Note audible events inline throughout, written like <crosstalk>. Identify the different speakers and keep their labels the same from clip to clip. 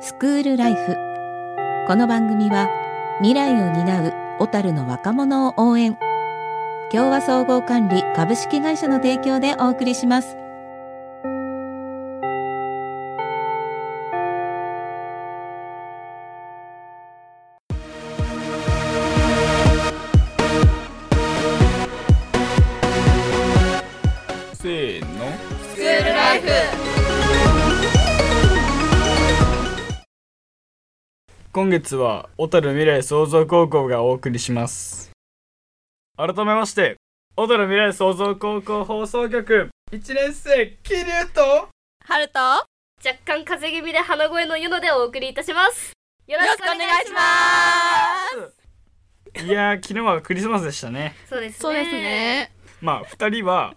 Speaker 1: スクールライフこの番組は未来を担う小樽の若者を応援共和総合管理株式会社の提供でお送りします
Speaker 2: せーの
Speaker 3: スクールライフ
Speaker 2: 今月は小樽未来創造高校がお送りします改めまして小樽未来創造高校放送局1年生桐生と
Speaker 3: 春と
Speaker 4: 若干風邪気味で鼻声のゆのでお送りいたしますよろしくお願いしま
Speaker 2: いやー昨日はクリスマスでしたね
Speaker 4: すそうですね
Speaker 3: そうですね
Speaker 2: まあ2人は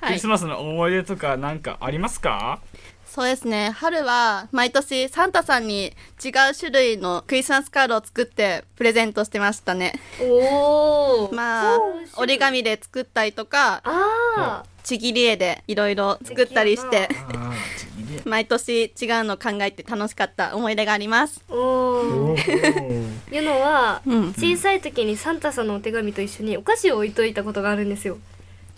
Speaker 2: ク
Speaker 3: は
Speaker 2: リ
Speaker 3: い
Speaker 2: スマスの思い出とかなんかありますか、
Speaker 3: そうですね春は毎年サンタさんに違う種類のクリスマスカードを作ってプレゼントしてましたね
Speaker 4: おお
Speaker 3: まあ折り紙で作ったりとか
Speaker 4: あ
Speaker 3: ちぎり絵でいろいろ作ったりして
Speaker 4: でき
Speaker 2: あーちぎれ
Speaker 3: 毎年違うのを考えて楽しかった思い出があります
Speaker 4: ーお
Speaker 2: お
Speaker 4: お
Speaker 2: ー
Speaker 4: ゆのは
Speaker 3: うん
Speaker 4: 小さい時にサンタさんのお手紙と一緒にお菓子を置いといたことがあるんですよ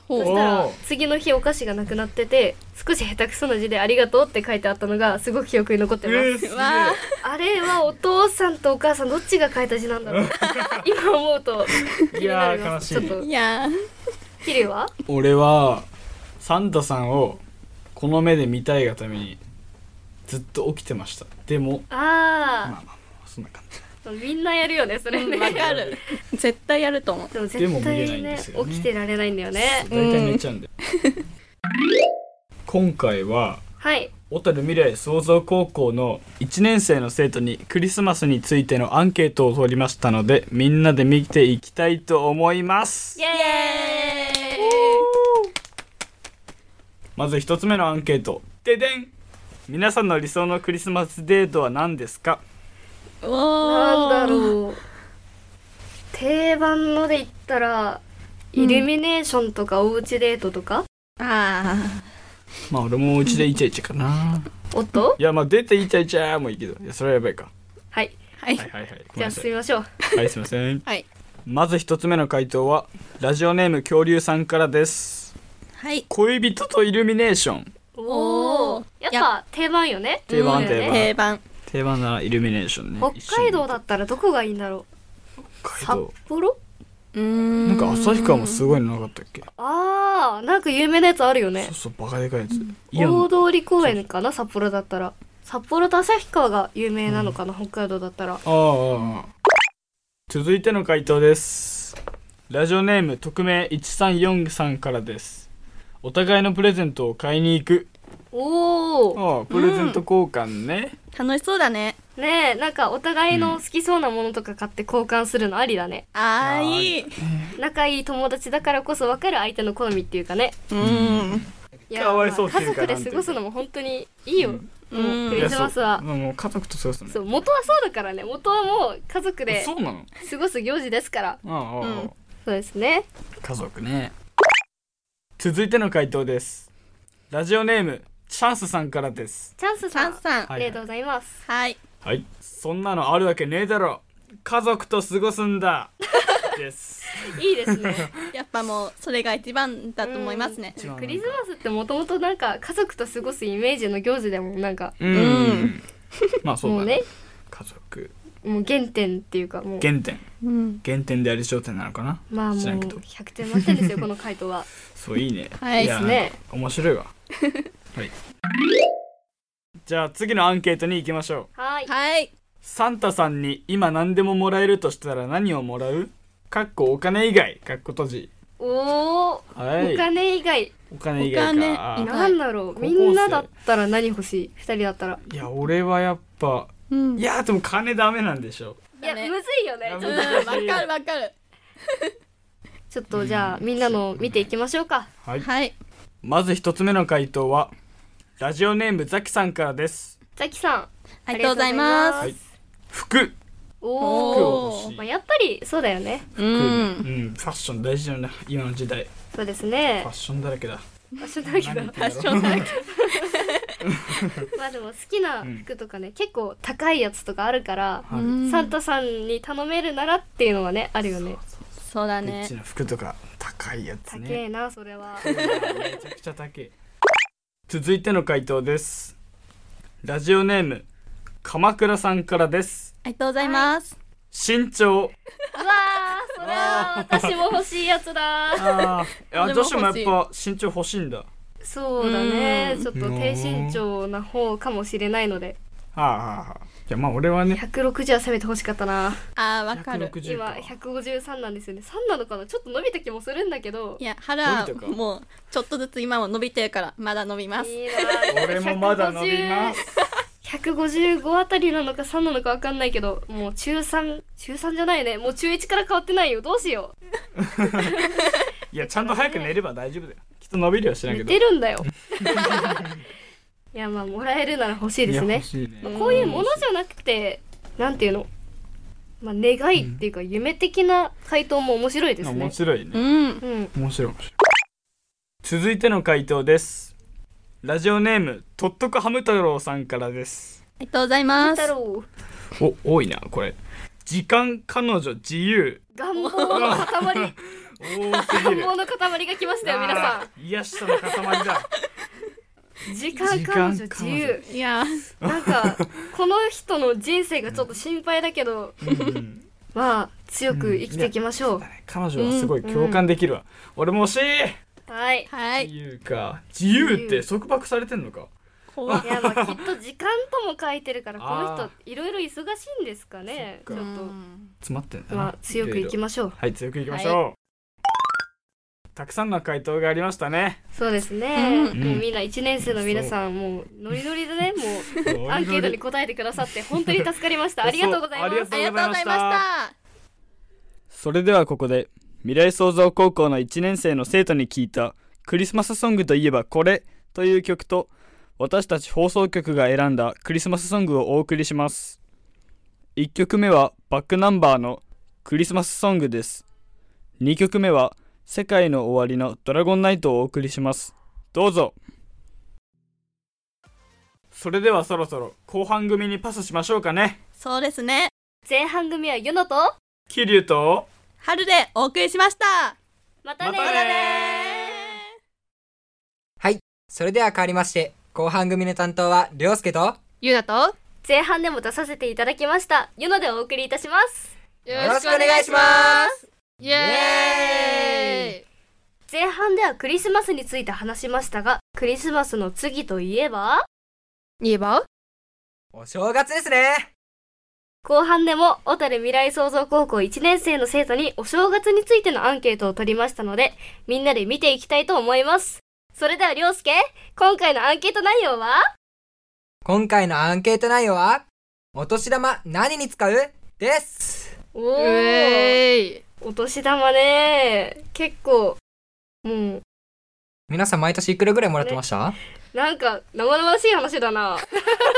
Speaker 3: ほ
Speaker 4: そうしたら
Speaker 2: おー
Speaker 4: 次の日お菓子がなくなってて少し下手くそな字で「ありがとう」って書いてあったのがすごく記憶に残って
Speaker 2: え
Speaker 4: ます
Speaker 2: ーすげえ
Speaker 3: わあ
Speaker 4: あれはお父さんとお母さんどっちが書いた字なん
Speaker 2: <laughs>
Speaker 4: だろう今思うと気になります
Speaker 2: いやー悲しい
Speaker 4: ちょっと
Speaker 3: いやー
Speaker 4: キリは
Speaker 2: 俺はサンタさんをこの目で見たいがためにずっと起きてましたでもまあ
Speaker 4: あ
Speaker 2: まあまあそんな感じ
Speaker 4: あみんなやるよねそれね、
Speaker 3: わかる絶対やると思う
Speaker 4: でも
Speaker 2: でも見れ
Speaker 4: 絶
Speaker 2: な
Speaker 4: 対
Speaker 2: いん
Speaker 4: ね
Speaker 2: ですよね
Speaker 4: 起きてられないんだよね
Speaker 2: 大体寝ちゃうんで、今回は
Speaker 4: はい
Speaker 2: 小樽未来創造高校の1年生の生徒にクリスマスについてのアンケートを取りましたのでみんなで見ていきたいと思います
Speaker 4: イエーイ
Speaker 2: まず一つ目のアンケートででん皆さんの理想のクリスマスデートは何ですか
Speaker 3: お
Speaker 4: なんだ
Speaker 3: う
Speaker 4: ろう定番ので言ったらイルミネーションとかおうちデートとか、
Speaker 3: あ
Speaker 2: まあ俺もうちでイチャイチャかな
Speaker 4: おっと
Speaker 2: いやまあ出てイチャイチャもいいけどいやそれはやばいか
Speaker 4: はい
Speaker 3: ーはい
Speaker 2: はいはいはいご
Speaker 4: じ
Speaker 2: めん
Speaker 4: ゃあ
Speaker 2: なさ
Speaker 4: 進
Speaker 2: い
Speaker 4: みましょう
Speaker 2: はいすいません
Speaker 3: はい
Speaker 2: まず一つ目の回答はラジオネーム恐竜さんからです
Speaker 3: はい
Speaker 2: 恋人とイルミネーション
Speaker 4: お
Speaker 3: おー
Speaker 4: おやっぱ定番よね
Speaker 2: 定番
Speaker 4: うんだよね
Speaker 3: 定番
Speaker 2: 定番だなイルミネーションね
Speaker 4: 北海道だ
Speaker 2: 一
Speaker 4: ったらどこがいいんだろ
Speaker 2: 緒
Speaker 4: う
Speaker 2: に北
Speaker 4: 札
Speaker 2: 海道
Speaker 4: 幌
Speaker 3: うーん
Speaker 2: なんか旭川もすごいのなかったっけ
Speaker 4: あーなんか有名なやつあるよね
Speaker 2: そうそうバカでかいやつイオン
Speaker 4: 大通公園かな札幌だったら札幌と旭川が有名なのかな、北海道だったら
Speaker 2: ああああ続いての回答ですラジオネーム匿名134さんからですお互いのプレゼントを買いに行く
Speaker 4: おお
Speaker 2: ああプレゼント交換ね、
Speaker 3: 楽しそうだね
Speaker 4: ねえなんかお互いの好きそうなものとか買って交換するのありだね、
Speaker 2: あ
Speaker 3: あー
Speaker 2: ー
Speaker 3: いい
Speaker 4: 仲いい友達だからこそ分かる相手の好みっていうかね
Speaker 3: うん
Speaker 4: い
Speaker 2: かわいそう
Speaker 4: ま
Speaker 2: っ
Speaker 4: あ
Speaker 2: てい
Speaker 4: 家
Speaker 2: うか
Speaker 4: 族で過ごすのも本当にいいよ、
Speaker 3: うん
Speaker 4: もうクリスマスは
Speaker 2: もう家族と過ごすね
Speaker 4: そう元はそうだからね元はもう家族で
Speaker 2: そうなの
Speaker 4: 過ごす行事ですから
Speaker 2: ああああ、ああ
Speaker 3: うん
Speaker 4: そうですね
Speaker 2: 家族ね続いての回答ですラジオネームチャンスさんからです
Speaker 4: チャンスさ
Speaker 3: さ
Speaker 4: ん
Speaker 3: んさん
Speaker 4: ありがとうございます、
Speaker 3: はい
Speaker 2: はいそんなのあるわけねえだろ家族と過ごすんだです
Speaker 4: い、いですね
Speaker 3: やっぱもうそれが一番だと思いますね
Speaker 2: 一番なんか
Speaker 4: クリスマスってもともとなんか家族と過ごすイメージの行事でもんなんか
Speaker 2: うん
Speaker 3: ん
Speaker 2: まあそう
Speaker 4: も
Speaker 2: だ
Speaker 4: う
Speaker 2: ね
Speaker 4: ね
Speaker 2: 家族
Speaker 4: もう原点っていうかもう
Speaker 2: 原点
Speaker 3: うん
Speaker 2: 原点であり頂点なのかな
Speaker 4: まあもう
Speaker 2: 知らんけど
Speaker 4: 100点満点ですよこの回答は
Speaker 2: そういいね
Speaker 3: はい
Speaker 2: や
Speaker 4: で
Speaker 2: <laughs>
Speaker 4: すね
Speaker 2: 面白いわはいじゃあ次のアンケートに行きましょう
Speaker 4: はい
Speaker 3: はい
Speaker 2: サンタさんに今何でももらえるとしたら何をもらうかっこお金以外かっこ閉じ
Speaker 4: おお、
Speaker 2: はい
Speaker 4: お金以外
Speaker 2: お金以外か
Speaker 3: お金
Speaker 4: なんだろう
Speaker 2: 高校
Speaker 4: み
Speaker 2: 生
Speaker 4: んなだったら何欲しい2人だったら
Speaker 2: いや俺はやっぱ
Speaker 3: うん
Speaker 2: いやでも金ダメなんでしょ
Speaker 4: いや
Speaker 3: だね
Speaker 4: むずいよね
Speaker 2: いや
Speaker 4: ち
Speaker 3: う
Speaker 4: ょ
Speaker 3: ん
Speaker 4: っ
Speaker 3: わ
Speaker 4: と
Speaker 3: かるわかる
Speaker 4: ちょっとじゃあみんなの見ていきましょうか
Speaker 2: はい
Speaker 3: はい
Speaker 2: まず一つ目の回答はラジオネームザキさんからです
Speaker 4: ザキさん
Speaker 3: ありがとうございます
Speaker 4: ありがとうござい
Speaker 2: 服
Speaker 4: お
Speaker 2: 服
Speaker 4: ー
Speaker 2: を欲しい
Speaker 4: まあ、やっぱりそうだよね
Speaker 3: う
Speaker 2: うん
Speaker 3: ん
Speaker 2: ファッション大事だよな今の時代
Speaker 4: そうです
Speaker 2: ファ
Speaker 4: ね
Speaker 2: ッションだらけだ
Speaker 4: 場所だけ
Speaker 2: 何
Speaker 4: ど
Speaker 2: 言ってん
Speaker 3: ファ
Speaker 2: だ
Speaker 3: ッ
Speaker 2: ろう
Speaker 3: ションだけ
Speaker 4: まあでも好きな服とかね、結構高いやつとかあるから、
Speaker 2: はい
Speaker 4: サンタさんに頼めるならっていうのはねあるよね
Speaker 3: そうだ
Speaker 2: リッ
Speaker 3: ね
Speaker 2: チな服とか高いやつ
Speaker 4: 高
Speaker 2: ね
Speaker 4: えな
Speaker 2: <laughs>
Speaker 4: それは
Speaker 2: めちゃくちゃ高い続いての回答ですラジオネーム鎌倉さんからです
Speaker 3: ありがとうございます、
Speaker 2: 身長
Speaker 4: うわーそれは私も欲しいやつだ
Speaker 2: あーあ
Speaker 3: でも
Speaker 2: 女子もやっぱ身長欲しいんだ
Speaker 4: そうだね
Speaker 3: うん
Speaker 4: ちょっと低身長な方かもしれないので
Speaker 2: はあはあはあじゃあまあ俺はね
Speaker 4: 160は攻めてほしかったな
Speaker 3: ああわかる
Speaker 2: 160
Speaker 4: 今
Speaker 2: か
Speaker 4: 153なんですよね3なのかなちょっと伸びた気もするんだけど
Speaker 3: いや春は
Speaker 2: 伸びたか
Speaker 3: もうちょっとずつ今も伸びてるからまだ伸びます
Speaker 4: いいな
Speaker 2: 俺もまだ伸びます
Speaker 4: 155あたりなのか3なのか分かんないけどもう中3中3じゃないねもう中1から変わってないよどうしよう
Speaker 2: いやちゃんと早く寝れば大丈夫だよきっと伸びるはしないけ
Speaker 4: 似
Speaker 2: ど
Speaker 4: てるんだよいやまあもらえるなら欲しいです
Speaker 2: いや
Speaker 4: ね
Speaker 2: 欲しいね
Speaker 4: まあこういうものじゃなくてなんていうのまあ願いっていうか夢的な回答も面白いですね
Speaker 2: 面白いね
Speaker 3: うん
Speaker 4: うん
Speaker 2: 面白い面白い続いての回答ですラジオネームとっとくハム太郎さんからです
Speaker 3: ありがとうございま
Speaker 4: 太
Speaker 3: す
Speaker 4: 郎
Speaker 2: お多いなこれ時間彼女自由
Speaker 4: 願望の塊
Speaker 2: 多すぎ
Speaker 4: 願
Speaker 2: る
Speaker 4: 望の塊が来ましたよ皆さ
Speaker 2: あー癒やしさの塊だ
Speaker 4: ん時間彼女自由
Speaker 3: いや
Speaker 4: なんかこの人の人生がちょっと心配だけど
Speaker 2: うん
Speaker 4: まあ強く生きていきましょう、
Speaker 2: 彼女はすごい共感できるわ、俺も欲しい、
Speaker 4: はい
Speaker 3: はい
Speaker 2: 自由か自由って束縛されてんのか
Speaker 3: 怖い
Speaker 4: いやまあきっと時間とも書いてるからこの
Speaker 2: あ
Speaker 4: 人いろいろ忙しいんですかねち
Speaker 2: そ
Speaker 4: ょ
Speaker 2: っ
Speaker 4: っ
Speaker 2: か詰まってんだ
Speaker 4: と
Speaker 2: な、
Speaker 4: まあ強くいき
Speaker 2: ま
Speaker 4: ましょう
Speaker 2: はい強くいきましょう、たくさんの回答がありましたね
Speaker 4: そうですね、
Speaker 2: うん
Speaker 4: もうみんな1年生の皆さんもうノリノリでねもう <laughs> アンケートに答えてくださって本当に助かりましたありがとうございます
Speaker 3: ありがとうございました
Speaker 2: それではここで未来創造高校の1年生の生徒に聞いたクリスマスソングといえばこれという曲と私たち放送局が選んだクリスマスソングをお送りします1曲目はバックナンバーのクリスマスソングです2曲目は世界の終わりのドラゴンナイトをお送りしますどうぞそれではそろそろ後半組にパスしましょうかね
Speaker 3: そうですね
Speaker 4: 前半組はヨノと
Speaker 2: 桐生と
Speaker 3: 春でお送りしました
Speaker 4: またね
Speaker 2: また
Speaker 3: ね
Speaker 5: それでは変わりまして、後半組の担当は、りょうすけと、よ
Speaker 3: ゆうだと
Speaker 4: 前半でも出させていただきましたヨノでお送りいたします
Speaker 5: ろしくお願いします
Speaker 3: イエーイ
Speaker 4: 前半ではクリスマスについて話しましたがクリスマスの次といえば
Speaker 3: 言えば
Speaker 5: お正月ですね
Speaker 4: 後半でも小樽未来創造高校1年生の生徒にお正月についてのアンケートを取りましたのでみんなで見ていきたいと思いますそれでは涼介今回のアンケート内容は
Speaker 5: 今回のアンケート内容は、お年玉何に使うです
Speaker 4: お
Speaker 3: う
Speaker 4: ー
Speaker 3: え
Speaker 4: お年玉ね結構もう
Speaker 5: 皆さん毎年いくらぐらいもらってました
Speaker 4: なんか生々しい話だ <laughs> な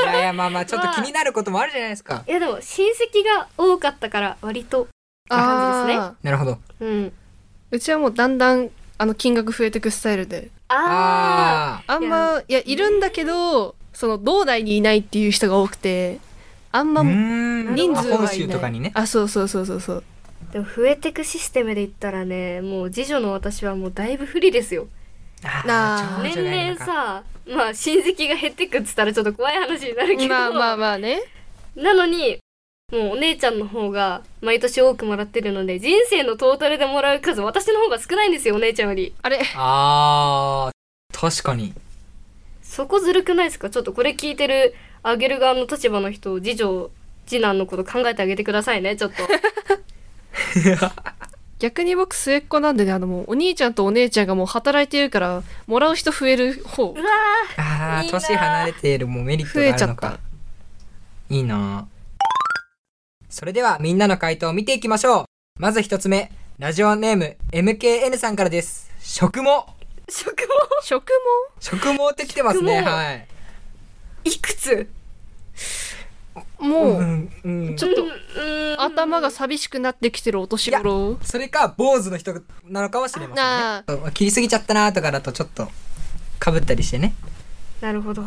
Speaker 4: い
Speaker 5: やいや、まあまあ、ちょっと気になることもあるじゃないですか。
Speaker 4: いやでも親戚が多かったから割と感じですね
Speaker 5: なるほど。
Speaker 4: うん
Speaker 6: うちはもうだんだんあの金額増えてくスタイルで
Speaker 4: あー
Speaker 5: あ
Speaker 6: あんまいやいるんだけどその同代にいないっていう人が多くてあん
Speaker 5: ー。
Speaker 6: ま
Speaker 5: うー
Speaker 6: 人
Speaker 5: ん。
Speaker 6: 数
Speaker 5: あ本
Speaker 6: はい
Speaker 5: 州
Speaker 6: ない
Speaker 5: とかにね。
Speaker 6: あそうそうそうそうそう
Speaker 4: でも増えてくシステムで言ったらねもう次女の私はもうだいぶ不利ですよ
Speaker 6: なあ
Speaker 5: 長
Speaker 4: 年
Speaker 5: 女がいるの
Speaker 4: 々
Speaker 5: か
Speaker 4: さまあ親戚が減ってくっつったらちょっと怖い話になるけど、
Speaker 6: まあまあまあね
Speaker 4: なのにもうお姉ちゃんの方が毎年多くもらってるので人生のトータルでもらう数私の方が少ないんですよお姉ちゃんより
Speaker 6: あれ
Speaker 5: あー、確か
Speaker 6: <laughs>
Speaker 5: に。
Speaker 4: そこずるくないですかちょっとこれ聞いてるあげる側の立場の人次女次男のこと考えてあげてくださいねちょっと <laughs>
Speaker 6: 逆に僕末っ子なんでねあのもうお兄ちゃんとお姉ちゃんがもう働いてるからもらう人増える方
Speaker 5: あ
Speaker 4: いい
Speaker 5: ー、
Speaker 4: な
Speaker 5: 年離れているもうメリット
Speaker 6: 増
Speaker 5: が
Speaker 6: え
Speaker 5: あ
Speaker 6: ち
Speaker 5: る
Speaker 6: ゃ
Speaker 5: の
Speaker 6: っ
Speaker 5: か
Speaker 6: た。
Speaker 5: いいなそれではみんなの回答を見ていきましょう。まず一つ目、ラジオネーム MKN さんからです。食毛。
Speaker 4: 食
Speaker 6: 食
Speaker 5: 食毛ってきてますね。
Speaker 4: 植毛
Speaker 5: はい。
Speaker 4: 毛いくつ
Speaker 6: ももう、
Speaker 5: ん、うん
Speaker 6: ちょっと
Speaker 4: うん
Speaker 6: 頭が寂しくなってきてるお年頃
Speaker 5: それか、坊主の人なのかもしれませ
Speaker 6: なあ
Speaker 5: んね。切りすぎちゃったなとかだとちょっと、かぶったりしてね。
Speaker 4: なるほど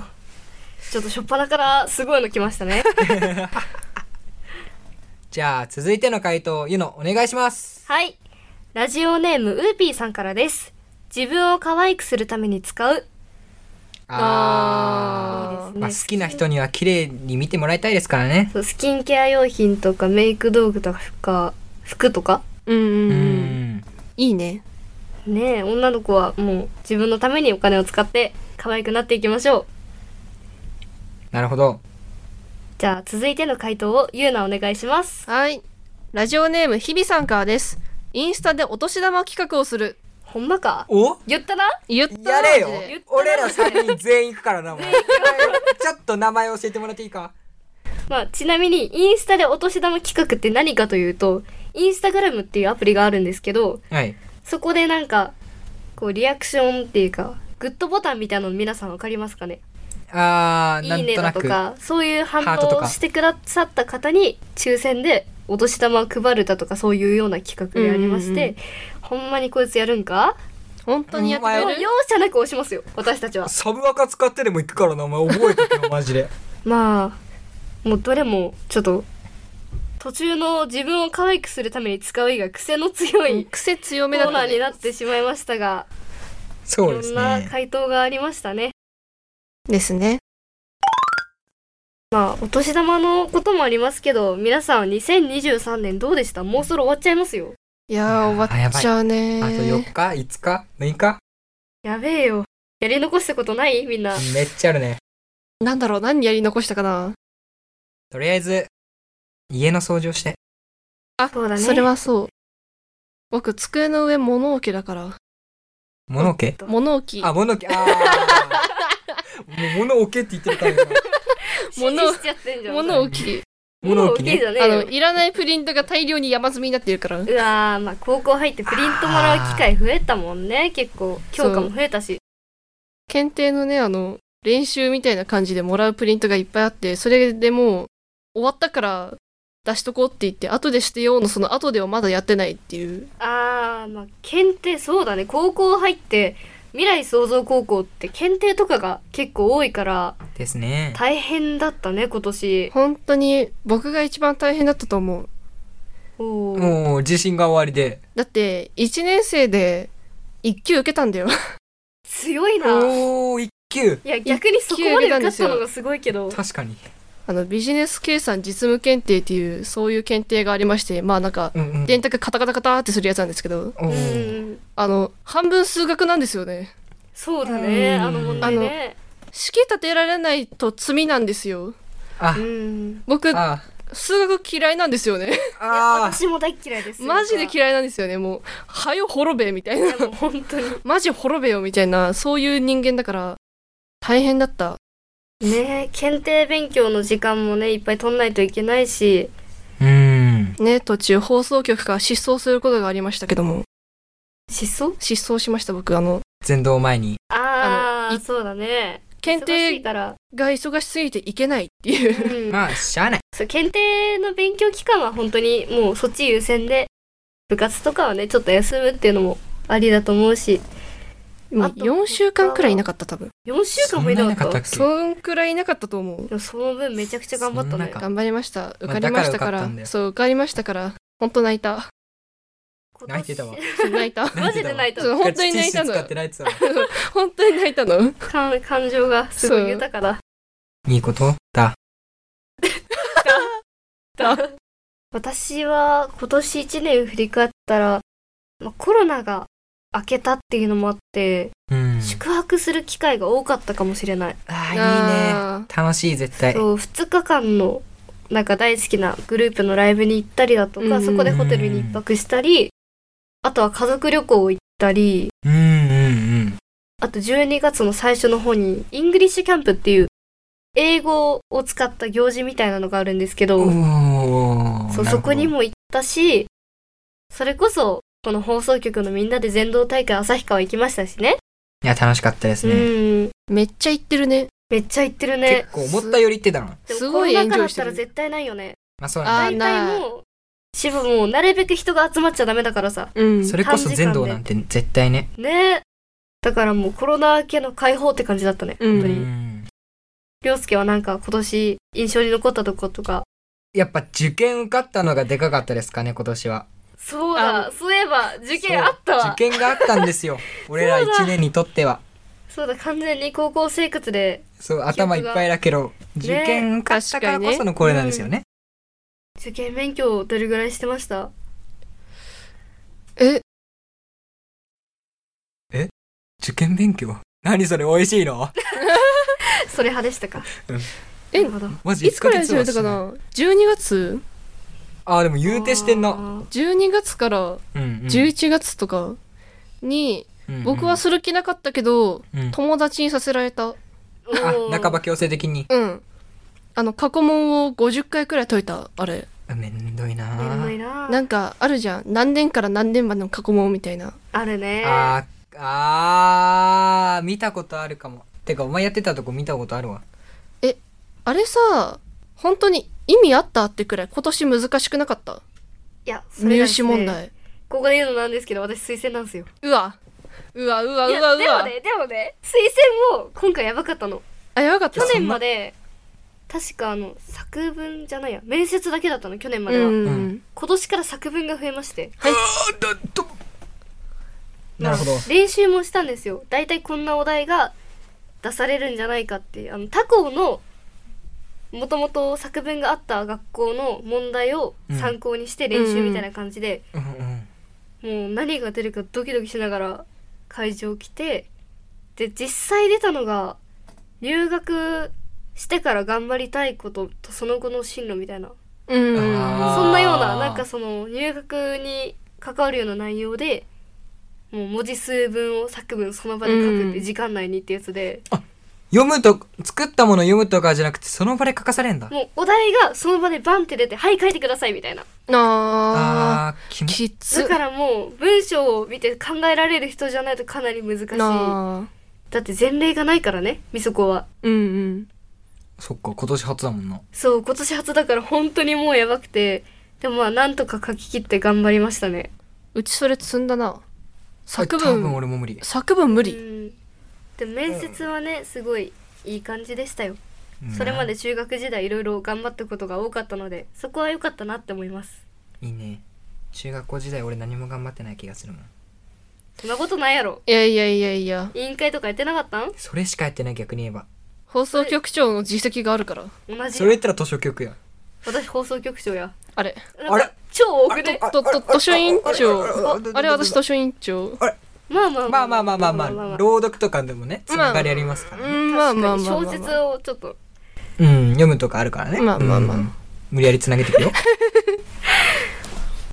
Speaker 4: ちょっと初っ端からすごいの来ましたね。
Speaker 5: じゃあ、続いての回答、ゆの、お願いします。
Speaker 4: はい。ラジオネーム、ウーピーさんからです。自分を可愛くするために使う。
Speaker 5: あ
Speaker 4: いい
Speaker 5: ー
Speaker 4: ですね
Speaker 5: まあ、好きな人には綺麗に見てもらいたいですからね。
Speaker 4: そうスキンケア用品とかメイク道具とか服とか
Speaker 6: うんうん
Speaker 5: う
Speaker 6: うん。
Speaker 5: ん。
Speaker 6: いいね。
Speaker 4: ねえ女の子はもう自分のためにお金を使って可愛くなっていきましょう
Speaker 5: なるほど。
Speaker 4: じゃあ続いての回答をゆうなお願いします
Speaker 6: はい。ラジオネーム、日比さんからです。インスタでお年玉企画をする。
Speaker 4: ほんまか
Speaker 5: お
Speaker 4: 言ったな
Speaker 6: 言った
Speaker 5: やれよ
Speaker 6: マジで
Speaker 5: 俺ら3人全員行くからな、お前。ちょっと名前教えてもらっていいか
Speaker 4: まあちなみにインスタでお年玉企画って何かというとインスタグラムっていうアプリがあるんですけど
Speaker 5: はい。
Speaker 4: そこでなんかこうリアクションっていうかグッドボタンみたいなの皆さんわかりますかね
Speaker 5: あー、ない
Speaker 4: い
Speaker 5: ん
Speaker 4: ね
Speaker 5: と
Speaker 4: だ
Speaker 5: な
Speaker 4: と
Speaker 5: く。
Speaker 4: かそういう反
Speaker 5: ハートと
Speaker 4: 応を
Speaker 5: か
Speaker 4: してくださった方に抽選でお年玉を配るだとかそういうような企画でありまして、
Speaker 6: うん
Speaker 4: ほんまにこいつやるんか
Speaker 6: 本当にやって
Speaker 5: お
Speaker 4: も
Speaker 5: 前
Speaker 6: く
Speaker 4: う
Speaker 6: れ
Speaker 4: 容
Speaker 6: る
Speaker 4: 赦なく押しますよ私たちは
Speaker 5: サブアカ使ってでも行くからな、お前覚えてけよ、マジで。
Speaker 4: まあもうどれもちょっと途中の自分を可愛くするために使う以外癖の強いコ
Speaker 6: 癖強めだっ
Speaker 4: ーナ
Speaker 6: た
Speaker 4: ーに
Speaker 6: ね。
Speaker 4: なってしまいましたが、
Speaker 5: <laughs> そ
Speaker 4: い
Speaker 5: うで
Speaker 4: ろ
Speaker 5: す
Speaker 4: んな
Speaker 5: ね。
Speaker 4: 回答がありましたね
Speaker 6: ですね。
Speaker 4: まあお年玉のこともありますけど皆さん2023年どうでしたもうそろ終わっちゃいますよ
Speaker 6: いやー、
Speaker 5: いやー
Speaker 6: 終わっちゃう
Speaker 5: あ
Speaker 6: ね
Speaker 5: と4日、5日、6日
Speaker 4: やべえよやり残したことないみんな
Speaker 5: めっちゃあるね。
Speaker 6: なんだろう、何やり残したかな。
Speaker 5: とりあえず、家の掃除をして。
Speaker 6: あ、
Speaker 4: そうだね
Speaker 6: それはそう。僕、机の上物置だから。
Speaker 5: 物置け
Speaker 6: 物置。
Speaker 5: あ、物置け。あ
Speaker 4: <laughs>
Speaker 5: ーもう物置けって言ってるから今
Speaker 4: 指示しちゃってんじゃん
Speaker 6: 物置。
Speaker 5: 物置
Speaker 4: 物
Speaker 5: ね
Speaker 4: じ。ゃね
Speaker 6: あ
Speaker 4: え
Speaker 6: の、
Speaker 4: よ
Speaker 6: いらないプリントが大量に山積みになってるから。
Speaker 4: うわーまあ高校入ってプリントもらう機会増えたもんね結構教科も増えたし
Speaker 6: 検定のね、あの、練習みたいな感じでもらうプリントがいっぱいあって、それでもう、終わったから出しとこうって言って、後でしてようのその後ではまだやってないっていう。
Speaker 4: あーまあ検定そうだね高校入って未来創造高校って検定とかが結構多いから
Speaker 5: ですね。
Speaker 4: 大変だったね今年
Speaker 6: 本当に僕が一番大変だったと思う。
Speaker 4: おー
Speaker 5: もう自信が終わりで。
Speaker 6: だって、1年生で1級受けたんだよ。 <laughs>
Speaker 4: 強いない
Speaker 5: おー、一級。
Speaker 4: や逆にそこまで受かったのがすごいけど
Speaker 5: 確かに。
Speaker 6: あの、ビジネス計算実務検定っていう、そういう検定がありまして、まあなんか、
Speaker 5: うんうん。
Speaker 6: 電卓カタカタカタってするやつなんですけど、
Speaker 5: お
Speaker 4: うんう
Speaker 5: ー
Speaker 4: ん
Speaker 6: あの、半分数学なんですよね。
Speaker 4: そうだね
Speaker 5: うん
Speaker 4: あの問題ね
Speaker 6: 式立てられないと罪なんですよ。
Speaker 5: あ
Speaker 4: う、ん
Speaker 6: 僕、
Speaker 5: あ、
Speaker 6: 数学嫌いなんですよね。
Speaker 4: <laughs> いや
Speaker 5: あー、
Speaker 4: 私も大っ嫌いです
Speaker 6: マジで
Speaker 4: い
Speaker 6: 嫌いなんですよね。もう、はよ滅べみたいな。
Speaker 4: やもう本当に
Speaker 6: マジ滅べよみたいな、そういう人間だから、大変だった。
Speaker 4: ね検定勉強の時間もねいっぱい取んないといけないし
Speaker 5: うーん。
Speaker 6: ね、途中放送局から失踪することがありましたけども、
Speaker 4: 失踪
Speaker 6: 失踪しました僕。あの、
Speaker 5: 全道前に。
Speaker 4: あ
Speaker 6: あの
Speaker 4: あ
Speaker 6: い
Speaker 4: そうだね
Speaker 6: 検
Speaker 4: 忙しい
Speaker 6: 定
Speaker 4: から
Speaker 6: が忙しすぎていけないっていう。
Speaker 4: うん
Speaker 5: まあ、しゃあない。
Speaker 4: そう検定の勉強期間は本当にもうそっち優先で部活とかはねちょっと休むっていうのもありだと思うし
Speaker 6: もう
Speaker 4: あと
Speaker 6: 4週間くらいいなかった多分。
Speaker 4: 4週間もいなかった
Speaker 5: そんなになかったっけ
Speaker 6: そんくらいいなかったと思う。
Speaker 4: でもその分めちゃくちゃ頑張った
Speaker 5: そんな
Speaker 4: ね
Speaker 5: か
Speaker 6: 頑張りました。受
Speaker 5: まあ
Speaker 6: かりましたか
Speaker 5: だから受かった
Speaker 6: ら
Speaker 5: んだ。よ
Speaker 6: そう、受かりましたから。本当泣いた。
Speaker 4: 今年
Speaker 5: 泣いてたわ
Speaker 6: そう泣
Speaker 5: <laughs>
Speaker 6: いた。
Speaker 4: <laughs> マジで泣いた
Speaker 6: そう本当に泣いた
Speaker 5: ティッシュ
Speaker 6: の
Speaker 5: 使。って泣いてたわ。
Speaker 6: 本当に泣いたの。
Speaker 4: 感感情がすご
Speaker 6: そう
Speaker 4: い豊かだ
Speaker 5: いいことだ。
Speaker 6: だ
Speaker 4: 私は今年1年振り返ったら、まあ、コロナが明けたっていうのもあって、
Speaker 5: うん。
Speaker 4: 宿泊する機会が多かったかもしれない
Speaker 5: あ
Speaker 6: あ
Speaker 5: ー、いいね。楽しい、絶対。
Speaker 4: そう2日間のなんか大好きなグループのライブに行ったりだと
Speaker 6: うん
Speaker 4: か、
Speaker 6: うん
Speaker 4: そこでホテルに一泊したりあとは家族旅行行ったり
Speaker 5: うんうんうん。
Speaker 4: あと12月の最初の方にイングリッシュキャンプっていう英語を使った行事みたいなのがあるんですけど
Speaker 5: おー
Speaker 4: そう
Speaker 5: なるほど
Speaker 4: そこにも行ったしそれこそこの放送局のみんなで全道大会旭川行きましたしね
Speaker 5: いや楽しかったです
Speaker 4: う
Speaker 5: ね、
Speaker 4: ん
Speaker 6: ーめっちゃ言ってるね。
Speaker 4: めっちゃ行ってるね
Speaker 5: 結構思ったより行ってたなます
Speaker 6: すごい
Speaker 4: 中
Speaker 6: 炎
Speaker 4: だっ
Speaker 6: 上して
Speaker 4: た
Speaker 6: る
Speaker 4: ら絶対ないよね
Speaker 5: あそうな
Speaker 6: あ
Speaker 5: ん
Speaker 4: 大
Speaker 6: ー
Speaker 4: 体もう渋もうなるべく人が集まっちゃダメだからさ
Speaker 6: うん
Speaker 5: だそれこそ全道なんて絶対ね
Speaker 4: ねだからもうコロナ明けの解放って感じだったね
Speaker 6: う。
Speaker 5: うんん
Speaker 4: りょうすけはなんか今年印象に残ったとことか。
Speaker 5: やっぱ受験受かったのがでかかったですかね、今年は。
Speaker 4: そうだ、そういえば受験あった
Speaker 5: そう
Speaker 4: わ。
Speaker 5: 受験があったんですよ。俺ら1年にとっては。
Speaker 4: そうだ、完全に高校生活で
Speaker 5: そう、頭いっぱいだけど、受験受かったからこそのこれなんですよね。
Speaker 4: 受験勉強をどれぐらいしてました
Speaker 6: え、
Speaker 5: 受験勉強何それ美味しいの
Speaker 4: それ派でしたか。
Speaker 6: え
Speaker 4: なるほど
Speaker 5: マジ
Speaker 6: いつから始めた
Speaker 5: 1ヶ
Speaker 6: か
Speaker 5: 月はし
Speaker 6: な ?12 月
Speaker 5: いあー、でも言うてしてん
Speaker 4: あ
Speaker 5: な。
Speaker 4: ー
Speaker 6: ?12 月から
Speaker 5: うんうん
Speaker 6: 11月とかに、
Speaker 5: うんうん
Speaker 6: 僕はする気なかったけど、
Speaker 5: うん
Speaker 6: 友達にさせられた。
Speaker 4: お
Speaker 5: あ、
Speaker 4: ー
Speaker 5: 半ば強制的に。
Speaker 6: うん。あの、過去問を50回くらい解いた、あれ。
Speaker 5: めんどいな
Speaker 4: めんどい
Speaker 5: ー
Speaker 4: な
Speaker 6: なんか、あるじゃん。何年から何年までの過去問みたいな。
Speaker 4: あるね
Speaker 5: あー、あー、見たことあるかも。てか、お前やってたとこ見たことあるわ。
Speaker 6: あれさ、本当に意味あったってくらい今年難しくなかった。
Speaker 4: いやそれがで
Speaker 6: 入
Speaker 4: す
Speaker 6: 試
Speaker 4: ね
Speaker 6: 問題。
Speaker 4: ここで言うのなんですけど私推薦なんですよ
Speaker 6: うわ。うわうわう
Speaker 4: いや
Speaker 6: わう
Speaker 4: でも
Speaker 6: わ。
Speaker 4: ねでもね推薦も今回やばかったの
Speaker 6: あ、やばかった
Speaker 4: 去。年まで確かあの作文じゃないや面接だけだったの去年までは、
Speaker 6: うん。
Speaker 4: 今年から作文が増えまして
Speaker 5: なるほど。
Speaker 4: 練習もしたんですよ大体こんなお題が出されるんじゃないかっていうあの他校のもともと作文があった学校の問題を参考にして練習みたいな感じで、
Speaker 5: うんうん
Speaker 4: もう何が出るかドキドキしながら会場来てで実際出たのが留学してから頑張りたいこととその後の進路みたいな
Speaker 6: うん。
Speaker 5: あー
Speaker 4: そんなようななんかその入学に関わるような内容でもう文字数分を作文その場で書くっ
Speaker 6: う
Speaker 4: て
Speaker 6: ん
Speaker 4: 時間内にってやつで、
Speaker 5: 読むと、作ったもの読むとかじゃなくて、その場で書かされんだ。
Speaker 4: もうお題がその場でバンって出て「はい書いてください」みたいな
Speaker 6: あ
Speaker 5: あー、気
Speaker 6: ー。
Speaker 5: 持ち
Speaker 6: きつ
Speaker 4: だからもう文章を見て考えられる人じゃないとかなり難しいだ
Speaker 6: なあ。
Speaker 4: って前例がないからねみそこは
Speaker 6: うんうん。
Speaker 5: そっか、今年初だもんな。
Speaker 4: そう今年初だから本当にもうやばくてでもまあなんとか書き切って頑張りましたね
Speaker 6: うちそれ積んだな。
Speaker 5: 多
Speaker 6: 作
Speaker 5: 分
Speaker 6: 文、
Speaker 5: 俺も無理。
Speaker 6: 作文無
Speaker 4: う
Speaker 6: 理。
Speaker 4: んでも面接はねすごいいい感じでしたよそれまで中学時代いろいろ頑張ったことが多かったのでそこは良かったなって思います
Speaker 5: いいね。中学校時代俺何も頑張ってない気がするもん。
Speaker 4: そんなことないやろ
Speaker 6: いやいやいやいや。
Speaker 4: 委員会とかやってなかったん
Speaker 5: それしかやってない逆に言えば。
Speaker 6: 放送局長の実績があるから。
Speaker 4: 同じ
Speaker 5: それ言ったら図書局や。
Speaker 4: 私放送局長や
Speaker 6: あれ。
Speaker 4: なんか
Speaker 5: あれ
Speaker 4: 超多くね
Speaker 6: と、と、図書委員長。あれ私
Speaker 5: と。
Speaker 6: 図書委員長。
Speaker 4: まあまあ
Speaker 5: まあまあまあまあま
Speaker 4: ま
Speaker 5: あ、
Speaker 4: ま
Speaker 5: 朗読とかでもね、つながりありますか
Speaker 6: う
Speaker 5: らね。
Speaker 6: ん、まあまあまあま
Speaker 4: 確
Speaker 6: あま
Speaker 4: か
Speaker 6: あ
Speaker 4: に小説をちょっと
Speaker 5: うん、読むとかあるからね。
Speaker 6: まあまあまあ
Speaker 5: うん。無理やりつなげていくよ。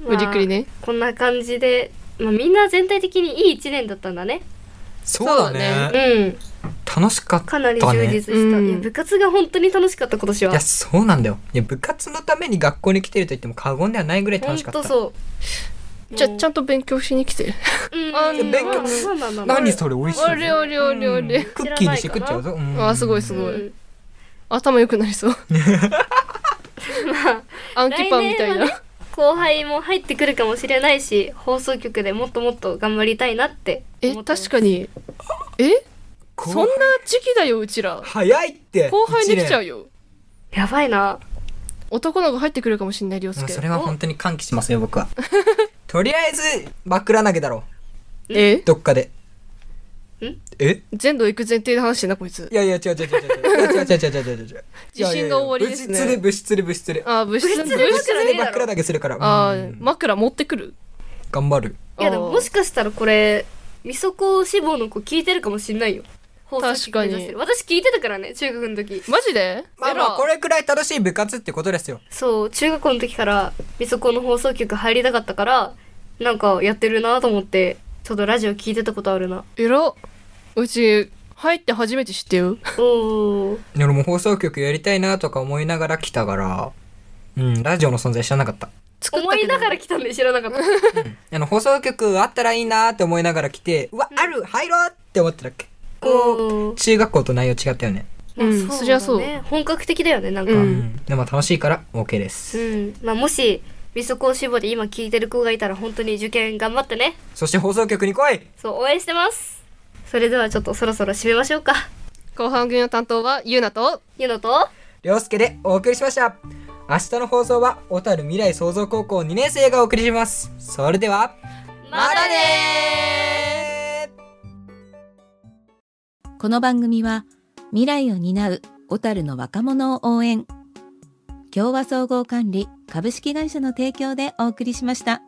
Speaker 6: 無理くりね。
Speaker 4: こんな感じで、まあ、みんな全体的にいい1年だったんだね
Speaker 5: そうだ
Speaker 6: そう
Speaker 5: ね。
Speaker 6: だ
Speaker 4: うん
Speaker 5: 楽しかったね。
Speaker 4: かなり充実した、
Speaker 6: うん
Speaker 4: いや部活が本当に楽しかった今年
Speaker 5: い
Speaker 4: は
Speaker 5: や、そうなんだよ。いや、部活のために学校に来てると言っても過言ではないぐらい楽
Speaker 4: 本
Speaker 5: しかっ
Speaker 4: 当
Speaker 5: た。
Speaker 4: そう
Speaker 6: ちゃ、ちゃ
Speaker 4: ゃ、
Speaker 6: んと勉強しに来てる。
Speaker 4: うん、
Speaker 6: あの
Speaker 5: 勉強
Speaker 4: まあまあまあまあ
Speaker 5: 何それ美味しいぞ。
Speaker 6: あれあれあれ
Speaker 5: う
Speaker 6: あれ
Speaker 5: んクッキーにして食っちゃうぞ。うん
Speaker 6: あ、すごいすごい。頭良くなりそう。暗記パンみたい
Speaker 4: 来年は
Speaker 6: な。
Speaker 4: 後輩も入ってくるかもしれないし放送局でもっともっと頑張りたいなって
Speaker 6: え、
Speaker 4: 思ってます
Speaker 6: 確かに。え
Speaker 5: こう
Speaker 6: そんな時期だよ、うちら。
Speaker 5: 早いって。
Speaker 6: 後輩できちゃ
Speaker 5: 一
Speaker 6: うよ。
Speaker 4: やばいな
Speaker 6: 男の子入ってくるかもしんない、りょう
Speaker 5: 年
Speaker 6: す
Speaker 5: もう
Speaker 6: け
Speaker 5: そ。れは本当に歓喜しますよ、僕は。 <laughs> とりあえず、枕投げだろ
Speaker 6: え
Speaker 5: う。どっかで。
Speaker 4: ん
Speaker 5: え
Speaker 6: 全土行く前提で話してんな、こいつ
Speaker 5: い。やいや、違う違う違う違う。違う違う違う違う違う違う違う。
Speaker 6: 自信が終わりですね
Speaker 5: いやいやいや物質で物質で物質で。
Speaker 6: あー、物質、物
Speaker 4: 物
Speaker 6: 質
Speaker 4: 質。
Speaker 5: で枕投げするから。
Speaker 6: あ
Speaker 5: う
Speaker 6: ー
Speaker 5: ん
Speaker 6: 枕持ってくる。
Speaker 5: 頑張る。
Speaker 4: いやでも
Speaker 6: あー
Speaker 4: もしかしたらこれみそこ志望の子聞いてるかもしんないよ放送局目指してる私聞いてたからね中学の時
Speaker 6: マジで
Speaker 5: まあまあ、これくらい楽しい部活ってことですよ。
Speaker 4: そう中学校の時からみそこの放送局入りたかったからなんかやってるなと思ってちょっとラジオ聞いてたことある
Speaker 6: <laughs>
Speaker 4: な
Speaker 6: えらうち、入って初めて知ってよ。
Speaker 4: おお
Speaker 5: 俺も放送局やりたいなとか思いながら来たから、うん、ラジオの存在知らなかった。
Speaker 6: 作った
Speaker 4: 思
Speaker 6: け
Speaker 4: い
Speaker 6: ど
Speaker 4: な。がら来たんで知らな
Speaker 6: <laughs>
Speaker 4: かった
Speaker 5: あの、放送局あったらいいなって思いながら来て、うわ、ある入ろうって思ってたっけこ
Speaker 4: お
Speaker 5: う、
Speaker 4: ー
Speaker 5: 中学校と内容違ったよね。
Speaker 4: まあ
Speaker 6: うん
Speaker 4: だね
Speaker 6: そりゃそう
Speaker 4: 本格的だよねなんか
Speaker 6: う
Speaker 5: うんん。でも楽しいから OK です。
Speaker 4: うん、まあもしみそこ志望で今聞いてる子がいたら本当に受験頑張ってね
Speaker 5: そして放送局に来い
Speaker 4: そう応援してますそれではちょっとそろそろ締めましょうか
Speaker 6: 後半組の担当はゆうなと
Speaker 4: ゆのと
Speaker 5: りょうすけでお送りしました明日の放送は小樽未来創造高校2年生がお送りしますそれでは
Speaker 4: また
Speaker 5: ねー
Speaker 1: この番組は未来を担う小樽の若者を応援共和総合管理株式会社の提供でお送りしました。